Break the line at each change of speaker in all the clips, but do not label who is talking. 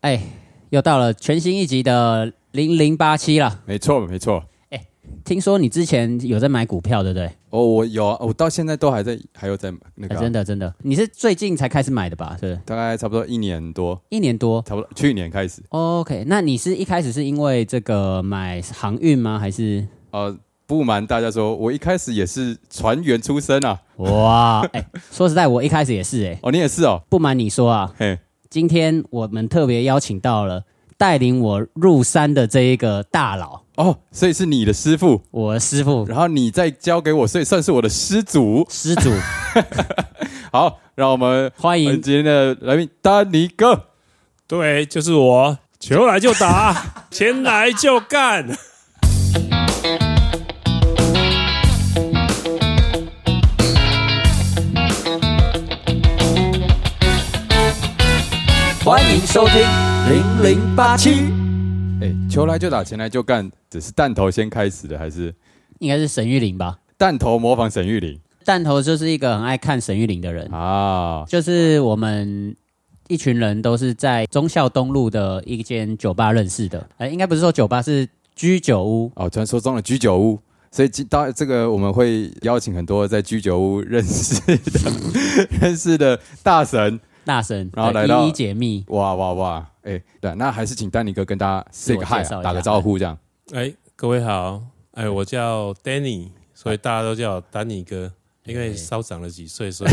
哎，又到了全新一集的零零八七了。
没错，没错。
听说你之前有在买股票，对不对？
哦，我有啊，我到现在都还在，还有在那个
哎
啊、
真的真的，你是最近才开始买的吧？是不是
大概差不多一年多，
一年多。哦
差不多去年开始。
OK，那你是一开始是因为这个买航运吗？还是
呃，不瞒大家说，我一开始也是船员出身啊。
哇？哎、说实在，我一开始也是哎、
哦，你也是哦。
不瞒你说啊，
嘿，
今天我们特别邀请到了带领我入山的这一个大佬，
哦，所以是你的师傅，
我的师傅
然后你再交给我，所以算是我的师祖。
师祖，
好，让我们
欢
欢迎
迎
哎今天的来宾丹尼哥。
对，就是我，球来就 打，钱来就干。
欢迎收听
零零八七。哎，球来就打，钱来就干，只是弹头先开始的，还是
应该是沈玉玲吧？
弹头模仿沈玉玲
弹头就是一个很爱看沈玉玲的人，
啊？
就是我们一群人都是在忠孝东路的一间酒吧认识的，呃，应该不是说酒吧，是居酒屋。
哦，传说中的居酒屋。所以今到这个我们会邀请很多在居酒屋认识的 认识的大神，
大神，
然后
呃
来到
一一解密。
哇哇哇！哎、对，那还是请丹尼哥跟大家 say 个
自我
hi，
介绍一下
啊、打个招呼这样。
哎，各位好，哎，我叫 Danny，所以大家都叫我丹尼哥，因为稍长了几岁，所以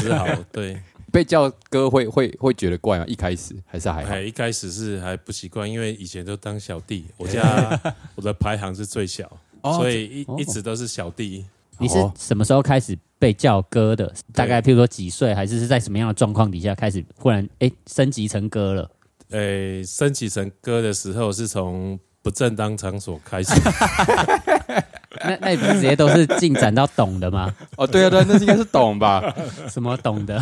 只好对。
被叫哥会会会觉得怪吗？一开始还是还好
哎，。一开始是还不习惯，因为以前都当小弟，我家我的排行是最小，
哦
所以一
哦
一直都是小弟。
你是什么时候开始被叫哥的？大概譬如说几岁，还是是在什么样的状况底下开始忽然哎、升级成哥了？
哎，升级成哥的时候是从不正当场所开始，
那那你不是直接都是进展到懂的吗？
哦，对啊，对啊，那是应该是懂吧？
什么懂的？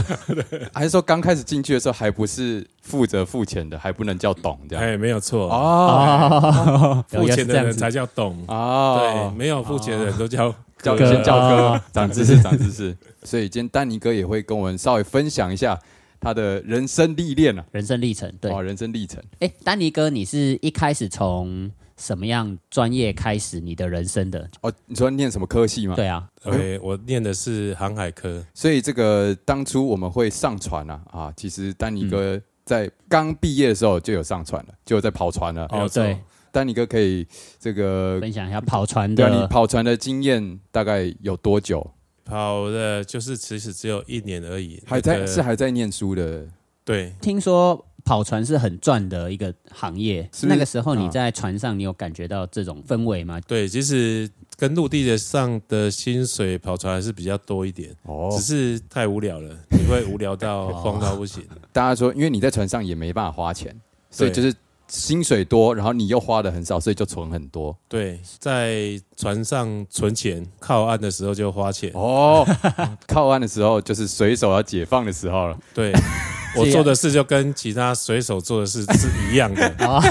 还是说刚开始进去的时候还不是负责付钱的，还不能叫懂这样？
哎，没有错，
哦
哦，
付
原来
钱
是这
的
样
人
子
才叫懂。对，
哦，
没有付钱的人都叫
叫
哥
先叫
哦
哥，啊长知识，长知识。所以今天丹尼哥也会跟我们稍微分享一下他的人生历练啊。
人生历程。对，
哦，人生历程。
哎，丹尼哥，你是一开始从什么样专业开始你的人生的？
哦，你说念什么科系吗？。
对啊，
对，哎我念的是航海科，
所以这个当初我们会上船啊，啊，其实丹尼哥在刚毕业的时候就有上船了，就有在跑船了。
哦
对，
丹尼哥可以这个，
分享一下跑船
对啊，你
的
跑船的经验大概有多久？
跑的就是其实只有一年而已，
还在、
那个
是还在念书的，
对，
听说跑船是很赚的一个行业，
是不
那
是
个时候你在船上，你有感觉到这种氛围吗？
对，其实跟陆地的上的薪水跑船还是比较多一点，
哦
只是太无聊了，你会无聊到慌到不行。
大家说，因为你在船上也没办法花钱，所以
对
就是薪水多，然后你又花的很少，所以就存很多。
对，在船上存钱，靠岸的时候就花钱。
哦， 靠岸的时候就是水手要解放的时候了。
对，我
啊
做的事就跟其他水手做的事是一样的。
哦，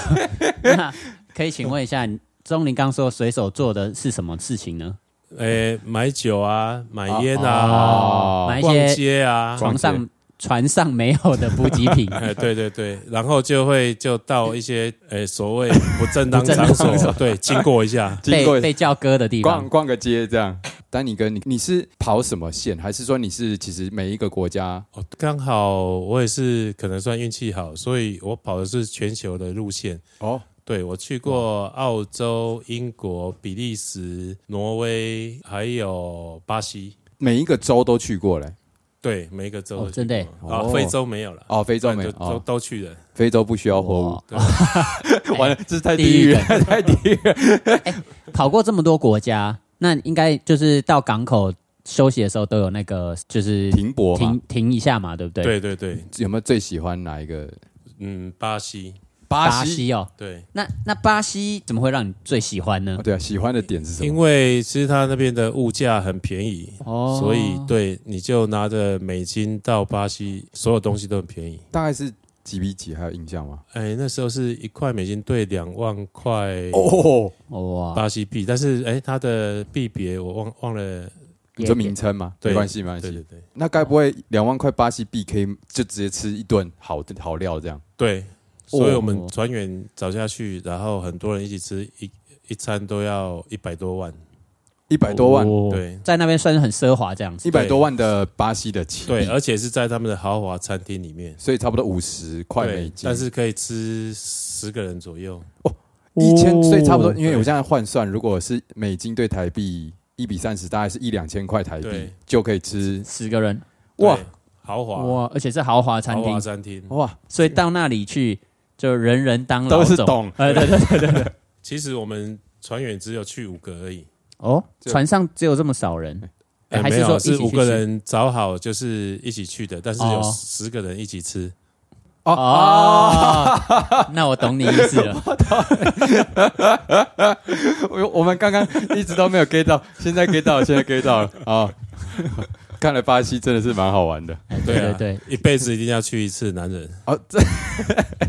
那
啊
可以请问一下，钟林刚说水手做的是什么事情呢？
诶，买酒啊，买烟啊，
哦
买一
逛
些
街啊，
床上船上没有的补给品。
哎，对对对，然后就会就到一些呃所谓不正当
不正当
场所，
场所
对，经过一下。
经过
被被叫哥的地
逛
方，
逛个街这样。丹尼哥，你你是跑什么线，还是说你是其实每一个国家？
哦，刚好我也是可能算运气好，所以我跑的是全球的路线。
哦，
对我去过澳洲、英国、比利时、挪威，还有巴西。
每一个州都去过嘞、
对，每一个
哦
州都去
真的
过啊，
哦
非洲没有了，
哦，非
非
洲没有
都，都
哦，
都去了。
非洲不需要货
哇
物。 完了，这是太
地
地
狱
狱了，太地狱了。
跑过这么多国家，那应该就是到港口休息的时候都有那个，就是
停泊嘛
停，停一下嘛，对不对？，
对对对，
有没有最喜欢哪一个？
嗯，巴西，
巴西哦，
对，
那那巴西怎么会让你最喜欢呢
哦，？对啊，喜欢的点是什
因
么？
为其实它那边的物价很便宜，
哦
所以对，你就拿着美金到巴西，所有东西都很便宜。
大概是几比几，还有印象吗？
哎，那时候是一块美金兑两万块
哦，
哇，
巴西币，但是哎，它的币别我忘忘了。
你说名称吗？
对
没关系，没关
对对
系。
对
那该不会两万块巴西币可以就直接吃一顿好的好料这样？
对，所以我们船员找下去，然后很多人一起吃一一餐都要一百多万，
一百多万，
哦
对
在那边算是很奢华这样子
一。百多万的巴西的钱，
对，，呃而且是在他们的豪华餐厅里面，
所以差不多五十块美
对，
金，
但是可以吃十个人左右，
一千，所以差不多，
哦
因为我这样换算，如果是美金对台币一比三十，大概是一两千块台币
对
就可以吃，
十个人
哇
对，豪华
哇，而且是豪华餐
豪华
厅，
餐厅，
哇，
所以到那里去就人人当老
都是
总。
懂
呃，对对对
其实我们船员只有去五个而已，
哦，
就
船上只有这么少人，
哎
还是
没有
说一起
是
去
五个人找好就是一起去的，但是有
哦
十个人一起吃，
哦
啊
哦， 那我懂你意思了。
我我们刚刚一直都没有 get 到，现在 get 到了，现在 get 到了啊！ 看来巴西真的是蛮好玩的
哎
对
对
啊
对，
一辈子一定要去一次，男人。
啊！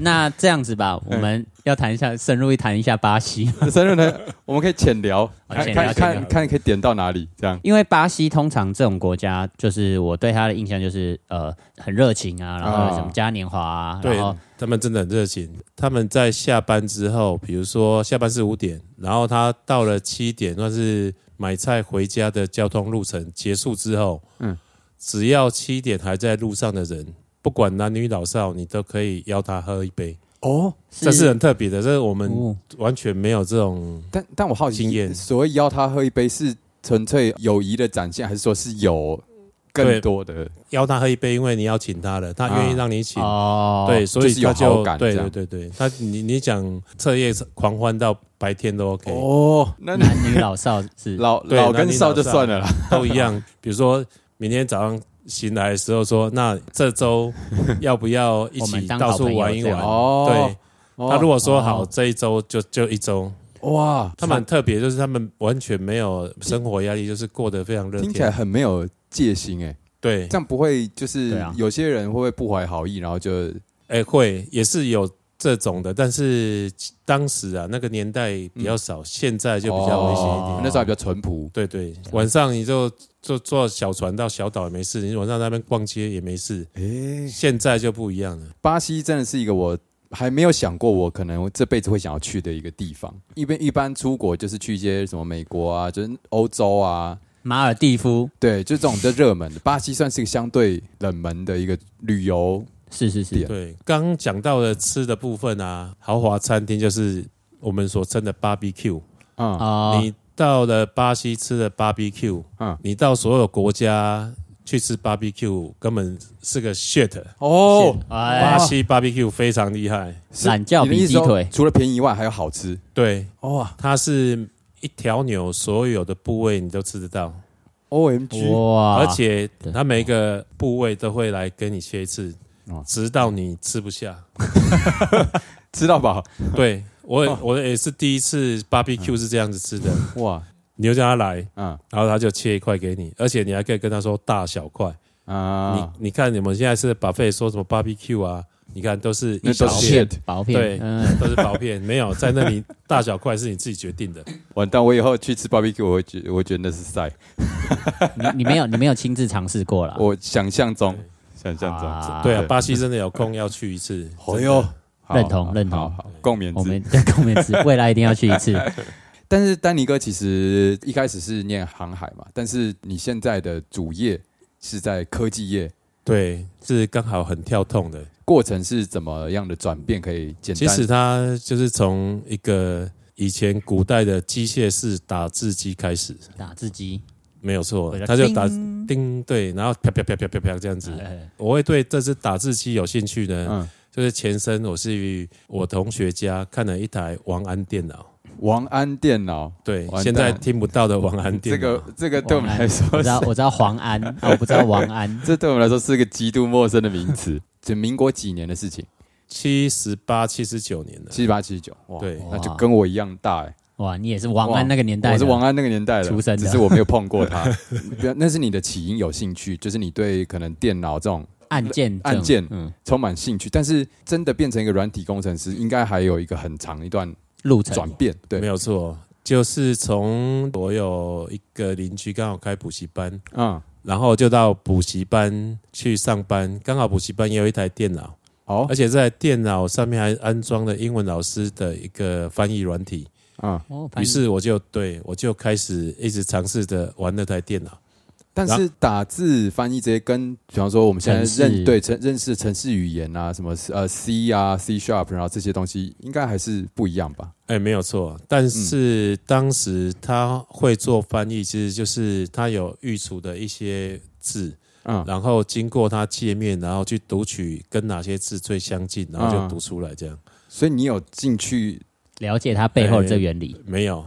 那这样子吧，我们要谈一下，深入一谈一下巴西，
这深入呢，我们可以浅聊，
好
啊
看
浅聊
看
浅聊
看看可以点到哪里，这样
因为巴西通常这种国家，就是我对他的印象就是呃很热情啊，然后
哦
什么嘉年华啊，
对
然后
他们真的很热情。他们在下班之后，比如说下班是五点，然后他到了七点，算是买菜回家的交通路程结束之后，
嗯
嗯，只要七点还在路上的人，不管男女老少，你都可以邀他喝一杯。
哦。
这是很特别的，这是我们
哦
完全没有这种
但但我好
经
奇，
验
所谓邀他喝一杯是纯粹友谊的展现，还是说是有更
对
多的
邀他喝一杯，因为你要请他了，他愿意
啊
让你请。
哦，
对，所以
就是有
他
好
就
感
对
这
对
样
对对，他你你讲彻夜狂欢到白天都 OK，
哦？那
男女老少是
老
对
老
男
跟
女
少
老
就
少
算了啦。
都一样。比如说明天早上醒来的时候说，那 这周要不要一
我们
起
当好
到处
朋友
玩一
这样
玩？
哦
对，，他如果说好，
哦
这一周就就一周。
果哇，
他们很特别，就是他们完全没有生活压力，就是过得非常乐
听起来
天。
很没有戒心哎，
对
这，样不会
对
就是
啊
有些人会不会不怀好意，然后就
哎，会也是有这种的，但是当时啊那个年代比较少，现在就比较危险一
哦
点。
嗯那时候还比较淳朴
对对，晚上你就坐坐小船到小岛也没事，你晚上在那边逛街也没事。
哎。
现在就不一样了。
巴西真的是一个我还没有想过我可能这辈子会想要去的一个地方。一般一般出国就是去一些什么美国啊，就是欧洲啊，
马尔蒂夫，
对，就这种比较热门的。巴西算是一个相对冷门的一个旅游
是是是
点，
对，刚刚讲到的吃的部分啊，豪华餐厅就是我们所称的 BBQ。
啊
哦，
你到了巴西吃的 BBQ，
嗯
你到所有国家去吃 BBQ，根本是个 shit。
哦，
哎
巴西 BBQ 非常厉害，
是
懒觉
你的
比
意思
鸡
说
腿
除了便宜以外还有好吃
对，
哇
它是一条牛所有的部位你都吃得到，
，O M G，
哇，
而且
对
它每一个部位都会来跟你切一次
哦，
直到你吃不下。
知道吧？
对我也
哦，
我也是第一次 BBQ 是这样子吃的，
哇，
你就叫他来。
嗯
然后他就切一块给你，而且你还可以跟他说大小块。
啊，
你你看你们现在是把费说什么 barbecue 啊，你看都是
那
一
都
小
是
片，
shit
薄片，
对，
嗯，
都是薄片，没有在那里大小块是你自己决 定的。
完蛋！我以后去吃 barbecue，我会觉我会觉得那是赛，
你你 没有你没有亲自尝试过啦。
我想象中，想象中，
啊
对啊，巴西真的有空要去一次。
哎
真
呦
的，
好
认同
好
认同
好好共勉
我
之。
们在公园吃，未来一定要去一次。
但是丹尼哥其实一开始是念航海嘛，但是你现在的主业是在科技业，
对，是刚好很跳痛的。
过程是怎么样的转变？可以简
其
单
实他就是从一个以前古代的机械式打字机开始，
打字机，
没有错
回，家
他就打
叮
叮对，然后啪啪啪啪啪啪这样子。
哎
我会对这只打字机有兴趣呢，
嗯，
就是前身我是与我同学家看了一台王安电脑，
王安电脑，
对
完，蛋
现在听不到的王安
这
电脑。
个这个对我们来
我
说
知
是。
道，我知道黄安，啊我不知道王安
这对我们来说是个极度陌生的名词。这民国几年的事情？
七十八、七十九年了，
七八七九，哇，
对
那就跟我一样大哎。
哇，你也是王安那个年代，
我是王，安那个年代的
出生的
只是我没有碰过他。 不要，那是你的起因有兴趣，就是你对可能电脑这种
按键症
按键
嗯，
充满兴趣，但是真的变成一个软体工程师，应该还有一个很长一段
路程
转变。
没
对，
有错，就是从我有一个邻居刚好开补习班，
嗯，
然后就到补习班去上班，刚好补习班也有一台电脑，
哦
而，且在电脑上面还安装了英文老师的一个翻译软体。
嗯，
哦，
于是我就对我就开始一直尝试着玩那台电脑。
但是打字翻译这些跟，比方说我们现在
程式
认对城认识城市语言啊，什么呃 C 啊 C sharp，然后这些东西应该还是不一样吧？
哎，没有错，但是当时他会做翻译，其实就是他有预储的一些字，
嗯，
然后经过他界面，然后去读取跟哪些字最相近，然后就读出来这样。
所以你有进去
了解它背后的这原理。
没有，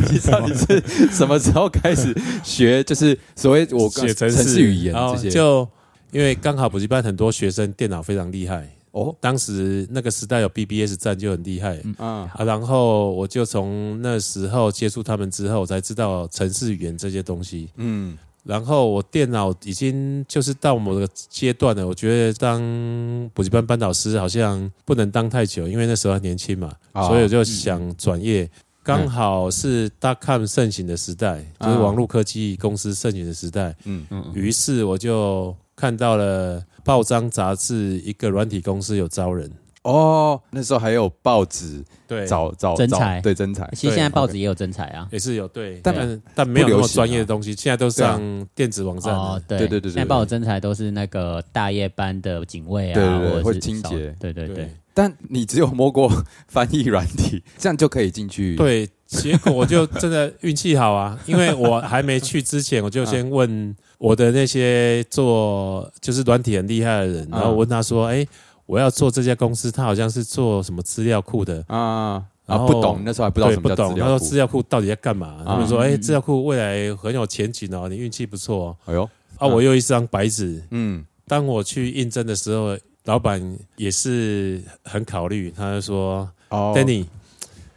你知道你是什么时候开始学？就是所谓我刚
写程
城市语言
然后
这些，
就因为刚好补习班很多学生电脑非常厉害，
哦，
当时那个时代有 BBS 站就很厉害。
嗯，
啊，然后我就从那时候接触他们之后，我才知道程式语言这些东西。
嗯，
然后我电脑已经就是到某个阶段了，我觉得当补习班班导师好像不能当太久，因为那时候还年轻嘛，
啊
所以我就想转业。刚好是大 com 盛行的时代，
啊
就是网络科技公司盛行的时代。
嗯
嗯嗯，于是我就看到了报章杂志一个软体公司有招人，
哦，那时候还有报纸
对，
找找
真
找
才
对真才，
其实现在
对
报纸也有真彩啊。
也是有对，
但
但但没有
不
那
流
么
行啊
专业的东西，现在都上电子网站了
哦，对
对对对对
现在报纸真才都是那个大夜班的警卫啊，
对对对
或者
或者
是
清
扫
洁
对对对
对。
但你只有摸过翻译软 体，这样就可以进去。，
对，结果我就真的运气好啊，因为我还没去之前，我就先问我的那些做就是软体很厉害的人，
嗯
然后问他说：“哎，我要做这家公司，他好像是做什么资料库的。”
啊啊，
然后
不懂，那时候还不知道
对
什么
不
叫
懂
资，
他说
料
资
库。啊
料库到底在干嘛？他们说：“
嗯
哎，
嗯
资料库未来很有前景哦，你运气不错哦。
哎呦，”
啊，
嗯
我又一张白纸。
嗯，
当我去应征的时候，老板也是很考虑，他就说：“
哦
Danny，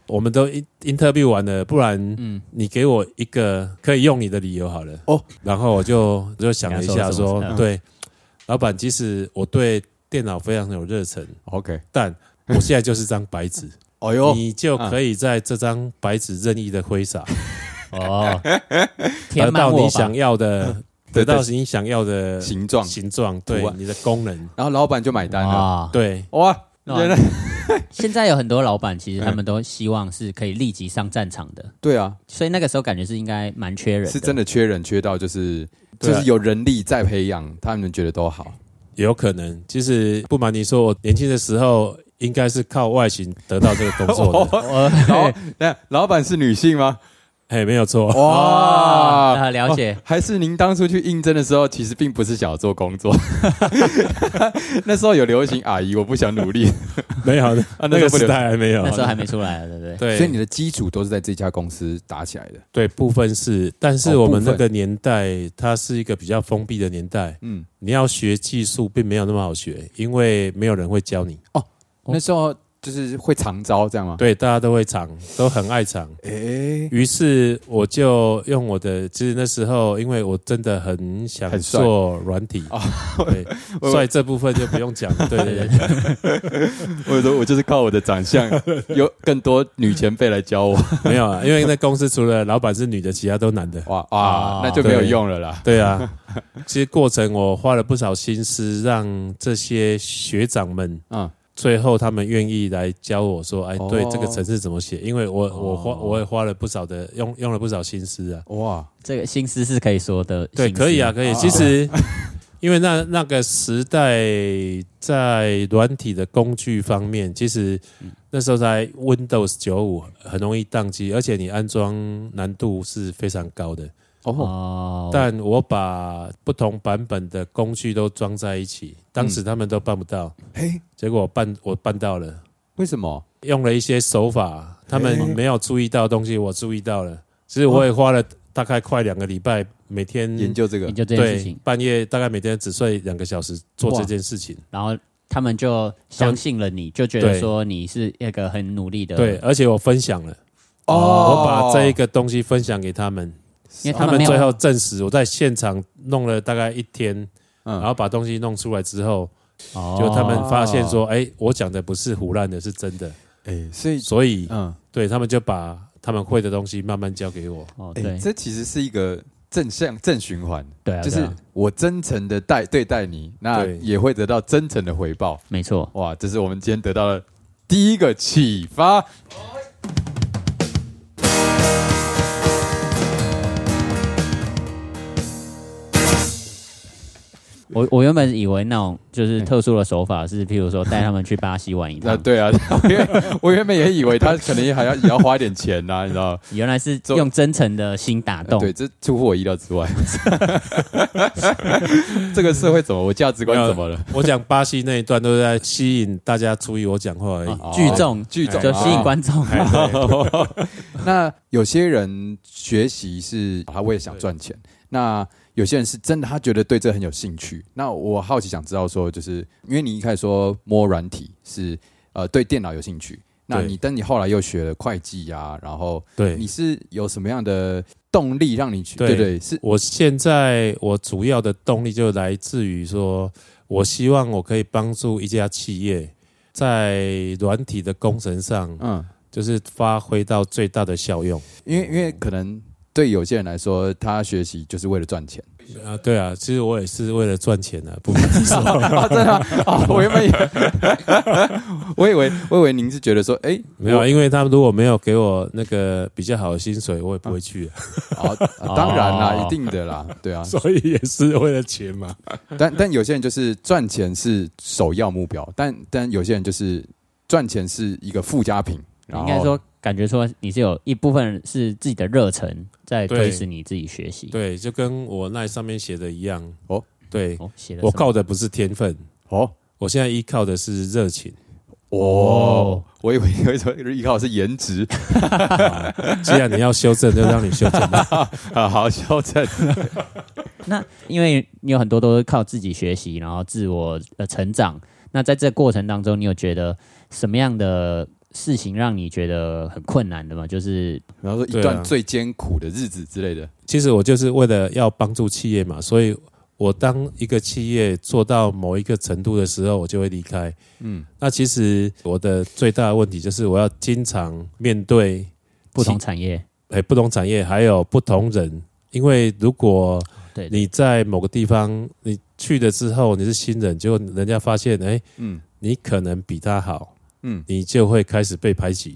我们都 in- interview 完了，不然你给我一个可以用你的理由好了。
嗯哦，
然后我就我就想了一
你
下
要说
说，
什么
嗯
对，老板，即使我对电脑非常有热忱，
，OK，
但我现在就是张白纸，
哎呦，
你就可以在这张白纸任意的挥
啊
洒，
哦，
得
填满
到
我
你
吧
想要的，
对
得到
对
你想要的
嗯形状，
形啊状，对
图案
你的功能，
然后老板就买单了。
哇！
对。
哇，
那
原来
啊现在有很多老板，其实他们都希望是可以立即上战场的，
对啊，
所以那个时候感觉是应该蛮缺人的。
是真的缺人缺到就是
对
就
啊
是有人力在培养，他们觉得都 好。
有可能，其实不瞒你说，我年轻的时候应该是靠外形得到这个工 作的，
哦，
然后，那老板是女性吗？
哎，没有错。
哇，啊了解
哦还是您当初去应征的时候，其实并不是想要做工作， 那时候有流行阿姨，我不想努力，
没 有，
啊那
那
时候
个
不流
时代还没有
那。时候还没出来，对不 对？
对，
所以你的基础都是在这家公司打起来的。
对部分是，但是
哦
我们
部分
那个年代，它是一个比较封闭的年代。
嗯，
你要学技术，并没有那么好学，因为没有人会教你。
那时候就是会长招这样吗？
对，大家都会藏，都很爱藏。
对，
于是我就用我的，其实那时候因为我真的很想
很帅哦
做软体，对，帅这部分就不用讲 了。对对对，
我说我就是靠我的长相， 有更多女前辈来教我。
没有啊，因为那公司除了老板是女的，其他都男的。
哇哇
哦，
那就没有用了啦。
对啊，其实过程我花了不少心思，让这些学长们，
嗯
嗯，最后他们愿意来教我说，哎
哦，
对这个程式怎么写，因为我我花我也花了不少的用用了不少心思啊。
哇，
这个心思是可以说的，
对，
心思
可以啊，。可以。
哦
其实因为那那个时代在软体的工具方面，其实那时候在 Windows 九五很容易宕机，而且你安装难度是非常高的。
哦，
哦，
但我把不同版本的工具都装在一起，当
嗯
时他们都办不到，
嘿，
结果我办我办到了，
为什么？
用了一些手法，他们没有注意到的东西，我注意到了。其实我也花了大概快两个礼拜，每天
研究这个
研究这件事
对
情，
半夜大概每天只睡两个小时做
哇
这件事情。
然后他们就相信了你，就觉得
对
说你是一个很努力的，
对，，而且我分享了，
哦
我把这一个东西分享给他们，
哦因为
他
们
们
没有
最后证实我在现场弄了大概一天，
嗯
然后把东西弄出来之后，
哦
就他们发现说，哎、我讲的不是胡乱的，是真的，
嗯
哎，所以
所以
嗯，
对他们就把他们会的东西慢慢交给我。
哦，
哎、
对，
这其实是一个正向正循环，
对啊，
就
对
是
啊
我真诚的待对待你，那
对
也会得到真诚的回报。
没错。
哇，这是我们今天得到的第一个启发。
我我原本以为那种就是特殊的手法是，譬如说带他们去巴西玩一
那
趟，
对啊， 我原我原本也以为他可能还要也要花一点钱啊呐、你知道吗？
原来是
走
用真诚的心打动。
对，这出乎我意料之外。 这个社会怎么？我价值观怎么了？
我讲巴西那一段都是在吸引大家注意我讲话而已。
哦聚众，
聚众啊
就吸引观众。啊
哎对
那有些人学习是啊他为了想赚钱，那有些人是真的他觉得对这很有兴趣。那我好奇想知道说，就是因为你一开始说摸软体是呃对电脑有兴趣，那
对
你但你后来又学了会计啊，然后
对，
你是有什么样的动力让你去？
对
对对，是
我现在我主要的动力就来自于说，我希望我可以帮助一家企业在软体的工程上，
嗯，
就是发挥到最大的效用。
因为因为可能对有些人来说，他学习就是为了赚钱。
啊，对啊，其实我也是为了赚钱 啊，不瞒你说，
啊，真的啊、哦我原本以我以为 我以为您是觉得说，哎、
没有啊，因为他们如果没有给我那个比较好的薪水，我也不会去啊，
哦，当然啦，
哦
一定的啦，对啊。
所以也是为了钱 嘛。
但但有些人就是赚钱是首要目标，但但有些人就是赚钱是一个附加品。然
应
后
该说，感觉说你是有一部分是自己的热忱在
对
推使你自己学习。
对，就跟我那上面写的一样。
哦
哦，对，
哦，写了
我
什么
靠的不是天分，
哦
我现在依靠的是热情。
哦，我以为 有一种依靠是颜值
既然你要修正，就让你修正吧。
啊，好修正。
那因为你有很多都是靠自己学习，然后自我呃成长。那在这过程当中，你有觉得什么样的事情让你觉得很困难的吗？就是
然后说一
对啊
段最艰苦的日子之类的。
其实我就是为了要帮助企业嘛，所以我当一个企业做到某一个程度的时候，我就会离开。
嗯，
那其实我的最大的问题就是，我要经常面对
不同产业，
诶不同产业，还有不同人。因为如果
对，
你在某个地方你去了之后，你是新人，结果人家发现，哎，
嗯
你可能比他好，
嗯，
你就会开始被排挤。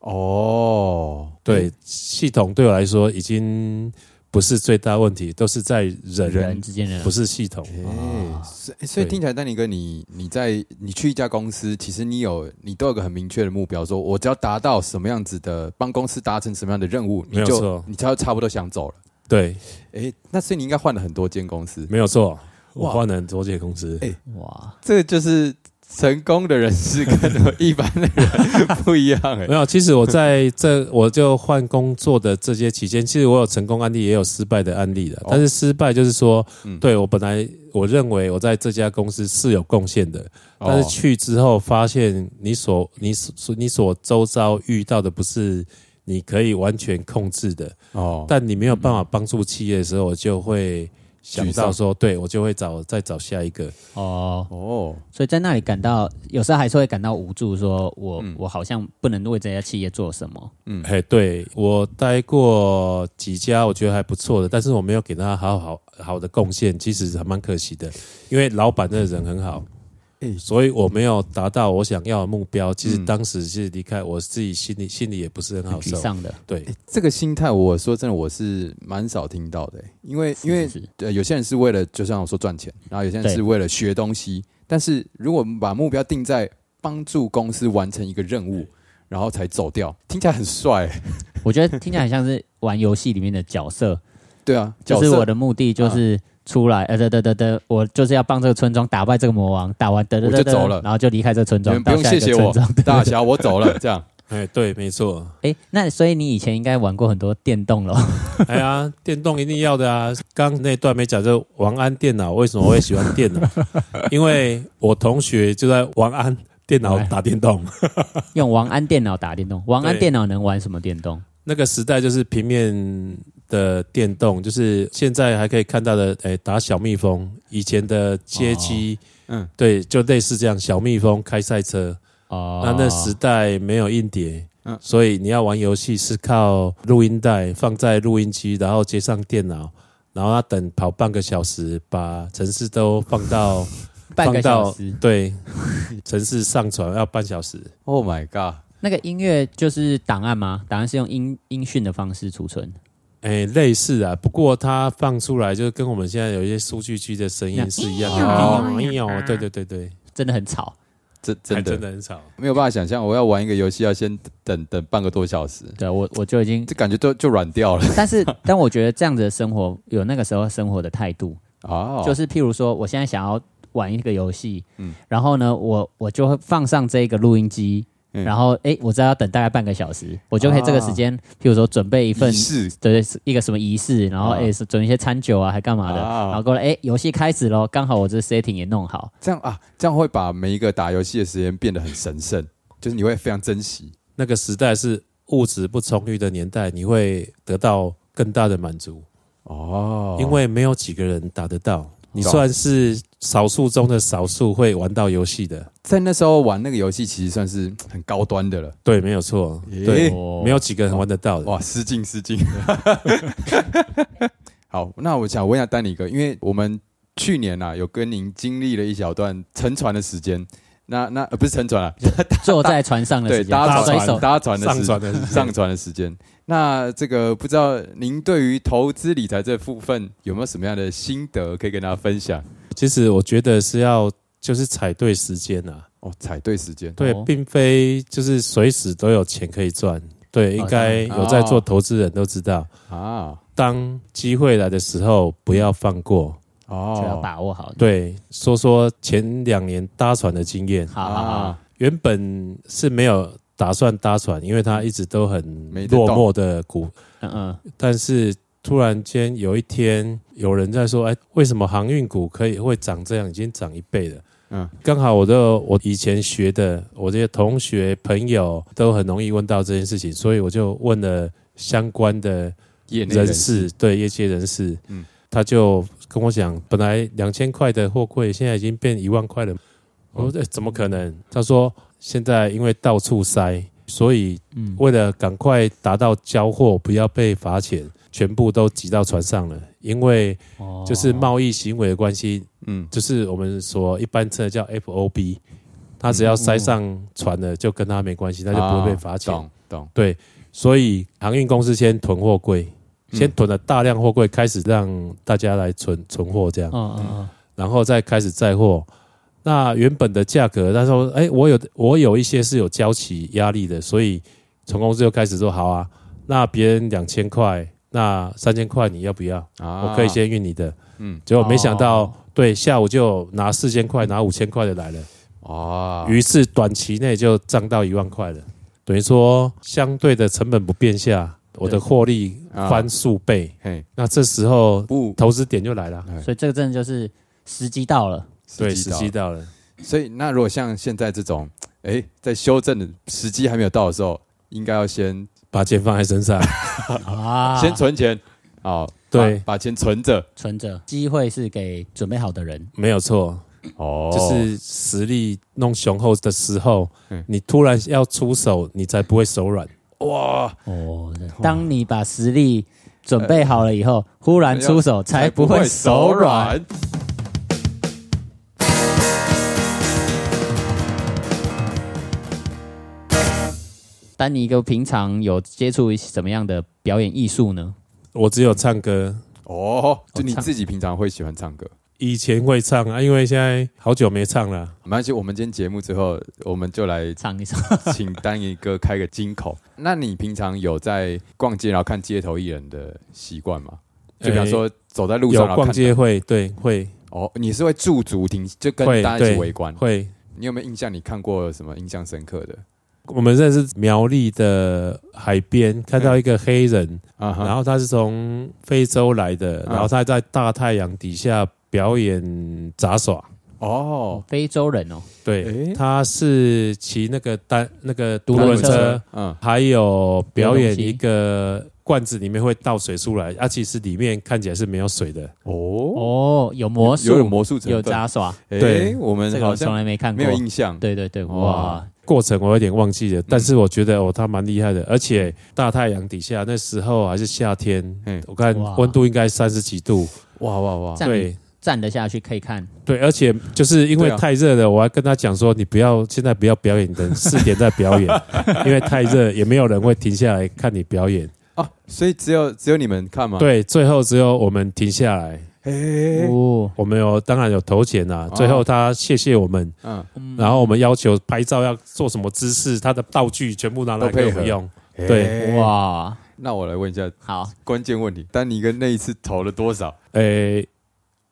哦，
对，系统对我来说已经不是最大问题，都是在人，
人之间的
不是系统。
哎，所以所以
啊对
听起来，丹尼哥，你你在你去一家公司，其实你有你都有个很明确的目标，说我只要达到什么样子的，帮公司达成什么样的任务，
没
你
有
就
错
你就差不多想走了。
对，
哎，那所以你应该换了很多间公司，
没有错，我
哇
换了很多间公司。
哎
哇，
这个就是成功的人士跟一般的人不一样哎
没。有，其实我在这我就换工作的这些期间，其实我有成功案例，也有失败的案例的
哦。
但是失败就是说，
嗯
对我本来我认为我在这家公司是有贡献的，但
哦
是去之后发现你所你所你所周遭遇到的不是你可以完全控制的，
哦，
但你没有办法帮助企业的时候，我就会想到说，对我就会找再找下一个。
哦，
哦，
所以在那里感到有时候还是会感到无助，说我、
嗯
我好像不能为这家企业做什么。
嗯，
哎，对我待过几家，我觉得还不错的，但是我没有给他好好好的贡献，其实还蛮可惜的，因为老板的人很好
哎。
所以我没有达到我想要的目标，其实
嗯
当时是离开，我自己心里心里也不是很
很
好
沮
受。
哦
丧的，
对，
这个心态，我说真的，我是蛮少听到的欸，因为因为
是是是
对，有些人是为了，就像我说赚钱，然后有些人
对
是为了学东西。但是如果把目标定在帮助公司完成一个任务，然后才走掉，听起来很帅、
我觉得听起来很像是玩游戏里面的角色，
对啊， 角
就是
色啊
我 的目的就是出来，呃，得得得得，我就是要帮这个村庄打败这个魔王，打完得得
我就
得得
走了
然后就离开这个村
你
庄，
们不
到
用
下一
谢
个
谢
村
我
庄。，
大侠，我走了。这样，
哎，对，没错。
哎，那所以你以前应该玩过很多电动咯，
哎呀，电动一定要的啊！刚那段没讲，就王安电脑为什么我会喜欢电脑？ 因为我同学就在王安电脑打电动，
用王安电脑打电动。王安
对
电脑能玩什么电动？
那个时代就是平面的电动，就是现在还可以看到的，哎，打小蜜蜂，以前的街机，
哦
嗯
嗯，对，就类似这样，小蜜蜂开赛车。
哦，
那那时代没有硬碟，
嗯
所以你要玩游戏是靠录音带放在录音机，然后接上电脑，然后要等跑半个小时，把程式都放到
半个
放到
小时。
对程式上传要半小时。
Oh my god！
那个音乐就是档案吗？档案是用音音讯的方式储存，
哎，类似啊，不过它放出来就是跟我们现在有一些数据机的声音是一样的。
哦
哎呦，对对对对，
真的很吵。
真
还
哎
真的
真的很吵。
没有办法想象，我要玩一个游戏要先等等半个多小时，
对我我就已经
这感觉都就软掉了
但是，但我觉得这样子的生活有那个时候生活的态度，
哦，
就是是譬如说，我现在想要玩一个游戏，
嗯
然后呢，我我就会放上这个录音机，
嗯啊
然后诶，我知道要等大概半个小时，我就可以这个时间，譬如说准备一份
仪。式
对，是一个什么仪式，然后
啊
诶，是准备一些餐酒啊，还干嘛的，
啊
然后过来诶，游戏开始喽，刚好我这 setting 也弄好，
这样啊，这样会把每一个打游戏的时间变得很神圣， 就是你会非常珍惜。
那个时代是物质不充裕的年代，你会得到更大的满足，
哦，
因为没有几个人打得到。你
懂
算是少数中的少数会玩到游戏的，
在那时候玩那个游戏，其实算是很高端的了。
对，没有错，哦
咦
对，
哦
没有几个人玩得到的。
哇，失敬失敬。 好，那我想问一下丹尼哥，因为我们去年啊有跟您经历了一小段沉船的时间，那那、呃、不是沉船啊，
坐在船上的
对
时间，
搭
甩
船
手，
搭船的
上
时
传的时间
上船的时间。那这个不知道您对于投资理财这部分有没有什么样的心得可以跟大家分享？
其实我觉得是要就是踩对时间啊，
哦，踩对时间，
对
哦，
并非就是随时都有钱可以赚。对，应该有在
哦
做投资人都知道，
啊，
当机会来的时候不要放过。
就要
哦，
把握好。，
对，说说前两年搭船的经验。
好好好，
啊
原本是没有打算搭船，因为他一直都很
没得
落
动
寞的股，
嗯嗯，
但是突然间有一天有人在说：“哎，为什么航运股可以会涨这样？已经涨一倍了。”
嗯
嗯，刚好我的我以前学的，我这些同学朋友都很容易问到这件事情，所以我就问了相关的
业内
人士，对业界人士，
嗯
嗯，他就跟我讲，本来两千块的货柜，现在已经变一万块了。我说、哎怎么可能？他说现在因为到处塞，所以
嗯
为了赶快达到交货，不要被罚钱，全部都挤到船上了。因为
哦
就是贸易行为的关系，
嗯，
就是我们所一般称的叫 FOB，他只要塞上船了，就跟他没关系，他就不会被罚
嗯
钱
啊。懂懂，
对，所以航运公司先囤货柜，
嗯
先囤了大量货柜，开始让大家来存存货这样，
嗯嗯嗯，
然后再开始载货。那原本的价格，他说：“哎，我有我有一些是有交期压力的，所以从公司就开始说好啊，那别人两千块，那三千块你要不要？
啊
我可以先运你的。”
嗯
嗯，结果没想到，
哦
对，下午就拿四千块、拿五千块的来了。
啊，
于是短期内就涨到一万块了，等于说相对的成本不变下，我的获利翻数倍。
嘿，
那这时候
啊不，
投资点就来了，
所以这个真的就是时机到了。
对，
时机
时
到
机到了。
所以，那如果像现在这种，哎，在修正的时机还没有到的时候，应该要先、
把钱放在身上，
啊，
先存钱，哦，
对
把把钱存着，
存着，机会是给准备好的人。
没有错，
哦
就是实力弄雄厚的时候
嗯，
你突然要出手，你才不会手软。
哇，
哦，当你把实力准备好了以后，忽然出手才不会手软。。丹尼哥平常有接触一些什么样的表演艺术呢？
我只有唱歌，
哦，就你
唱
自己平常会喜欢唱歌，
以前会唱啊，因为现在好久没唱了。
没关系。我们今天节目之后，我们就来
唱一首。
请丹尼哥开个金口。那你平常有在逛街然后看街头艺人的习惯吗？就比方说走在路上
哎有
然后
逛
看
街会，对，会
哦，你是会驻足停，就跟
会
大家一起
对
围观。
会。
你有没有印象？你看过什么印象深刻的？
我们认识苗栗的海
嗯
边，看到一个黑人，
啊哈
然后他是从非洲来的，
嗯
然后他在大太阳底下表演杂耍。
哦，
非洲人哦，
对
诶，
他是骑那个单那个独
独
轮
轮
车
车，
嗯，
还有表
有
演
东西
一个罐子里面会倒水出来，啊，其实里面看起来是没有水的。
哦，
哦，有魔术，
有有魔术成分
有杂耍，
诶
对
我们
这个
好
我从
像
来没看过
没有。印象。
对对对，
哇
哇，
过程我有点忘记了，但是我觉得哦，他蛮厉害的，而且大太阳底下那时候还是夏天
嗯，
我看
哇
温度应该三十几度，
哇哇哇！
这样
对
你站得下去可以看，
对，而且就是因为
对啊
太热了，我还跟他讲说，你不要现在不要表演，等四点再表演，因为太热，也没有人会停下来看你表演。
啊，所以只有只有你们看吗？，
对，最后只有我们停下来，
哎，
哦，
我们有当然有投钱啦、
哦
最后他谢谢我们，
嗯，
然后我们要求拍照要做什么姿势，他的道具全部拿
都
来
配
给
合
我们用。
哎
对，
哇，
那我来问一下
好，
关键问题，丹尼跟那一次投了多少？
诶、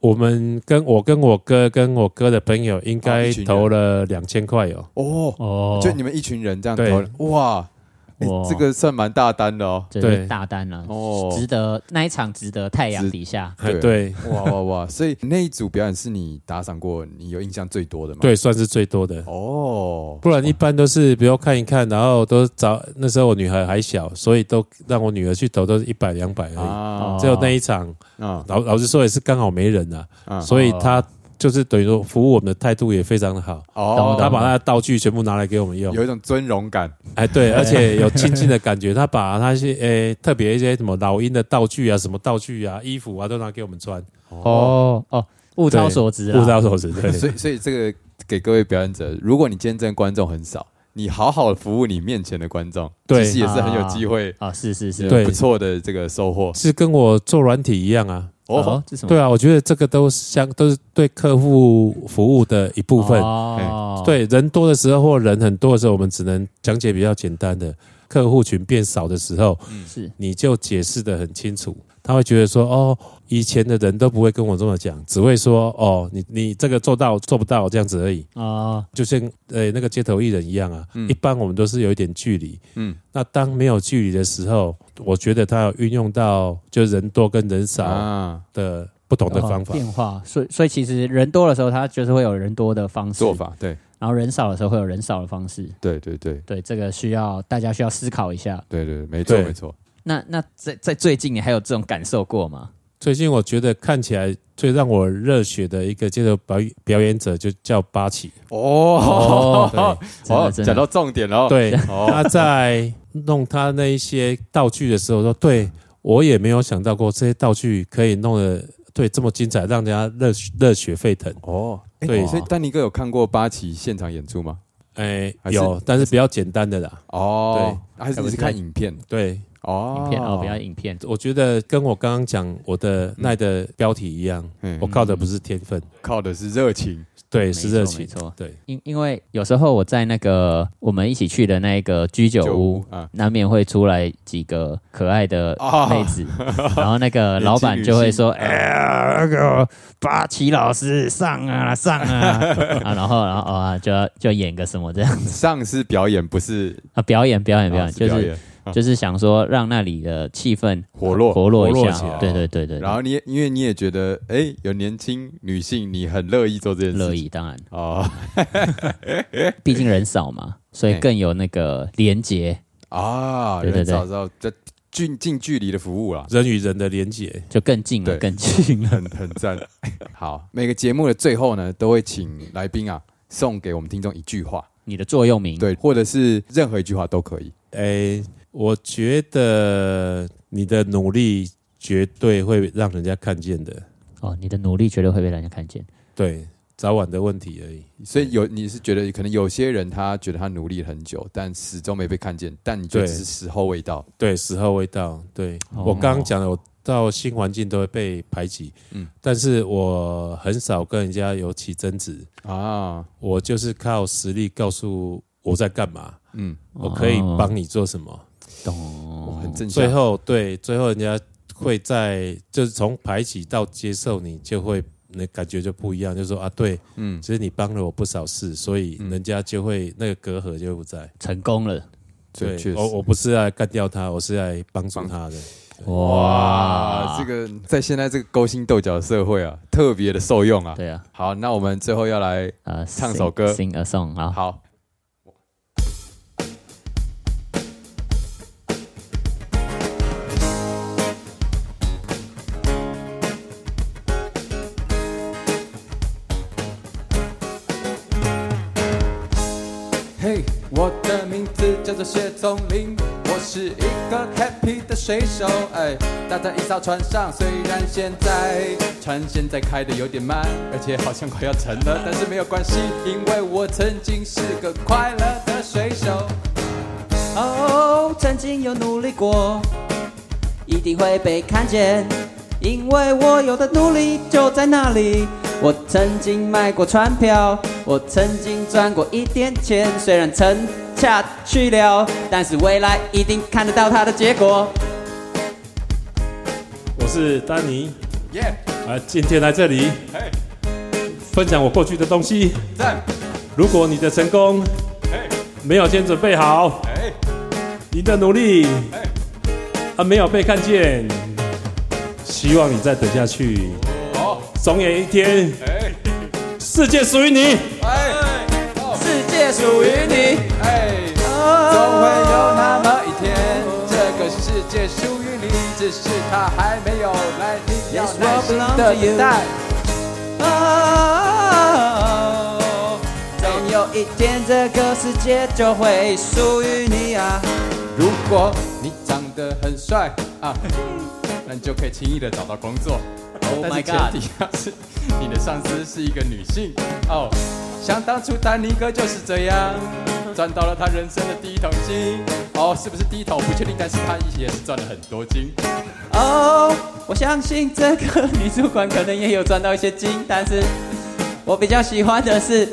我们跟我跟我哥跟我哥的朋友应
哦
该
一群人
投了两千块哦。
哦，
哦，
就你们一群人这样
对
投了，哇，哎
哇
这个算蛮大单的哦。
这
对
是大单了，
哦
值得那一场值得太阳底下，
哎
对
对
哇哇哇！所以那一组表演是你打赏过，你有印象最多的吗？，
对，算是最多的。
哦，
不然一般都是比如看一看，然后都找那时候我女孩还小，所以都让我女儿去投，都是一百两百而
啊
已。只有那一场，
啊
老老实说也是刚好没人啊，
啊！
所以她就是等于说服务我们的态度也非常的好，
哦，
她把她的道具全部拿来给我们用
有。一种尊荣感，
哎，对，而且有亲近的感觉。她把她一些诶特别一些什么老鹰的道具啊、什么道具啊、衣服啊都拿给我们穿，
哦哦，物超所值
物
啊，
超所值。对，
所以所以这个给各位表演者，如果你今天真的观众很少，你好好服务你面前的观众，
对
其实也是很有机会，
啊，是是是，
对
有不错的这个收获。
是跟我做软体一样啊。
哦，，
这是什么
对啊，我觉得这个都是相都是对客户服务的一部分。哎
哦，
对人多的时候或人很多的时候，我们只能讲解比较简单的；客户群变少的时候，
是
你就解释的很清楚。他会觉得说：“哦，以前的人都不会跟我这么讲，只会说哦，你你这个做到做不到这样子而已。
哦，”
就像呃那个街头艺人一样啊，
嗯
一般我们都是有一点距离。
嗯，
那当没有距离的时候，我觉得他有运用到就人多跟人少
啊，
的不同的
哦
方法。
变化，所以所以其实人多的时候，他就是会有人多的方式
做，法，对
然后人少的时候会有人少的方式。
对对对
对，这个需要大家需要思考一下。
对对，没错
对
没错。
那那在在最近，你还有这种感受过吗？
最近我觉得看起来最让我热血的一个街头表演表演者就叫八旗，
哦，
真
哦，
的真
讲
的
到重点了哦。
对，
哦，
他在弄他那一些道具的时候说，对我也没有想到过这些道具可以弄得对这么精彩，让人家热血热血沸腾。
哦，
对
对，所以丹尼哥有看过八旗现场演出吗？
哎、
还是
有，但是比较简单的啦。
哦，还是
还
你
不是
是看影片？
对，
哦，
影片哦，不要影片
我觉得跟我刚刚讲我的那的标题一样，
嗯
我靠的不是天分，
靠的是热情。
对，是热
没
情。
错。没错
对，
因因为有时候我在那个我们一起去的那个居酒屋，
啊，
难免会出来几个可爱的
啊
妹 子，然后那个老板就会说：“哎呀，那个八旗老师上啊上 啊！”啊，然后然后啊，就要就演个什么这样
上是表演，不是
啊，表演表演表
啊
演，
是
就
表
是
演，
就是想说让那里的气氛
活络
活络一
活络起
下哦
来，
对对对对，
然后你也因为你也觉得，哎，有年轻女性，你很乐意做这件事，
乐意当然，
哦
毕竟人少嘛，所以
嘿
更有那个连结，
啊，
对对对
找到这近近距离的服务啦，
人与人的连结，
就更近了，
对
更近了。
很很赞。好，每个节目的最后呢，都会请来宾啊送给我们听众一句话，
你的座右铭，
对，或者是任何一句话都可以。
诶，哎我觉得你的努力绝对会让人家看见的，
哦，你的努力绝对会被人家看见。
对，早晚的问题而已。
所以有你是觉得可能有些人他觉得他努力了很久，但始终没被看见，但你觉得
对
只是时候未到。
对，时候未到。对、
哦
我刚刚讲的，我到新环境都会被排挤，
嗯
嗯，但是我很少跟人家有起争执，
啊，
我就是靠实力告诉我在干嘛，
嗯，
我可以
哦
帮你做什么。
我
懂，
很正向
最。后，对，最后人家会在就是从排挤到接受你，就会那感觉就不一样，就说啊，对，
嗯
其实你帮了我不少事，所以人家就会那个隔阂就不在。
成功了。
对，确
对，哦
实。
我我不是来干掉他，我是来帮助他的。哦
哇，这个在现在这个勾心斗角的社会啊，特别的受用啊。
对啊，
好，那我们最后要来，
呃，
唱
sing-
首歌
，sing a song 啊，
好，嘿嘿，我的名字叫做谢宗林，我是一个 happy 的水手。哎，搭在一艘船上，虽然现在船现在开的有点慢，而且好像快要沉了，但是没有关系，因为我曾经是个快乐的水手。
哦，曾经有努力过，一定会被看见，因为我有的努力就在那里。我曾经卖过船票，我曾经赚过一点钱，虽然沉下去了，但是未来一定看得到它的结果。
我是丹尼
耶，
啊，今天来这里
嘿，
分享我过去的东西。
赞，
如果你的成功
嘿，
没有先准备好，
哎，
你的努力
哎
啊没有被看见，希望你再等下去，
哦，
总有一天
哎，
世界属于你。
哎，
世界属于你。
哎。总会
哦，
有那么一天，这个世界属于你，只是它还没有来，你要
Yes, we
耐心
belong
的
to you
等待。
哦总有一天，这个世界就会属于你啊！
如果你长得很帅啊， 那你就可以轻易的找到工作。
Oh
但是
my
前
God
提要是你的上司是一个女性哦。想当初丹尼哥就是这 样，赚到了他人生的第一桶金。哦，是不是第一桶不确定，但是他也是赚了很多金。
哦，我相信这个女主管可能也有赚到一些金，但是我比较喜欢的是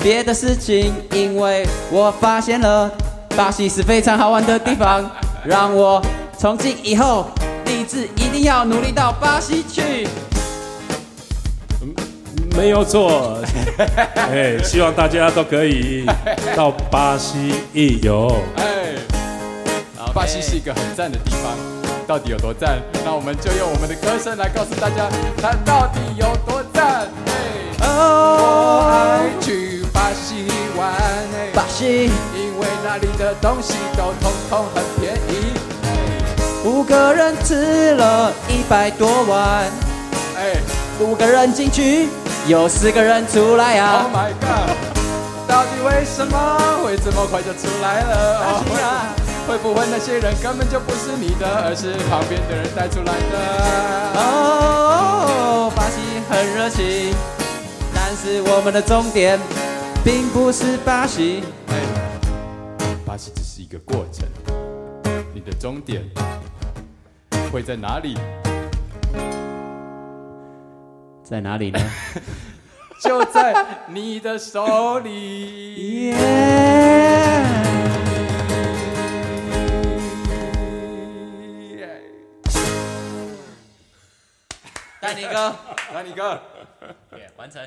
别的事情，因为我发现了巴西是非常好玩的地方，让我从今以后立志一定要努力到巴西去。
没 有错，哎，希望大家都可以到巴西一游。
哎，巴西是一个很赞的地方，到底有多赞？那我们就用我们的歌声来告诉大家，它到底有多赞。哎，我
哦，
爱去巴西玩，
巴
哎，
西
因为那里的东西都通通很便宜。
五个人吃了一百多碗，
哎
五个人进去，有四个人出来
哎
啊
，Oh。my god！到底为什么会这么快就出来了？
巴西
哦
啊
会不会那些人根本就不是你的，而是旁边的人带出来的？
哦，巴西很热情，但是我们的终点并不是巴西。
哎，巴西只是一个过程，你的终点会在哪里？
在哪里呢？
就在你的手里。
耶！丹尼哥，
来，你哥，
完成。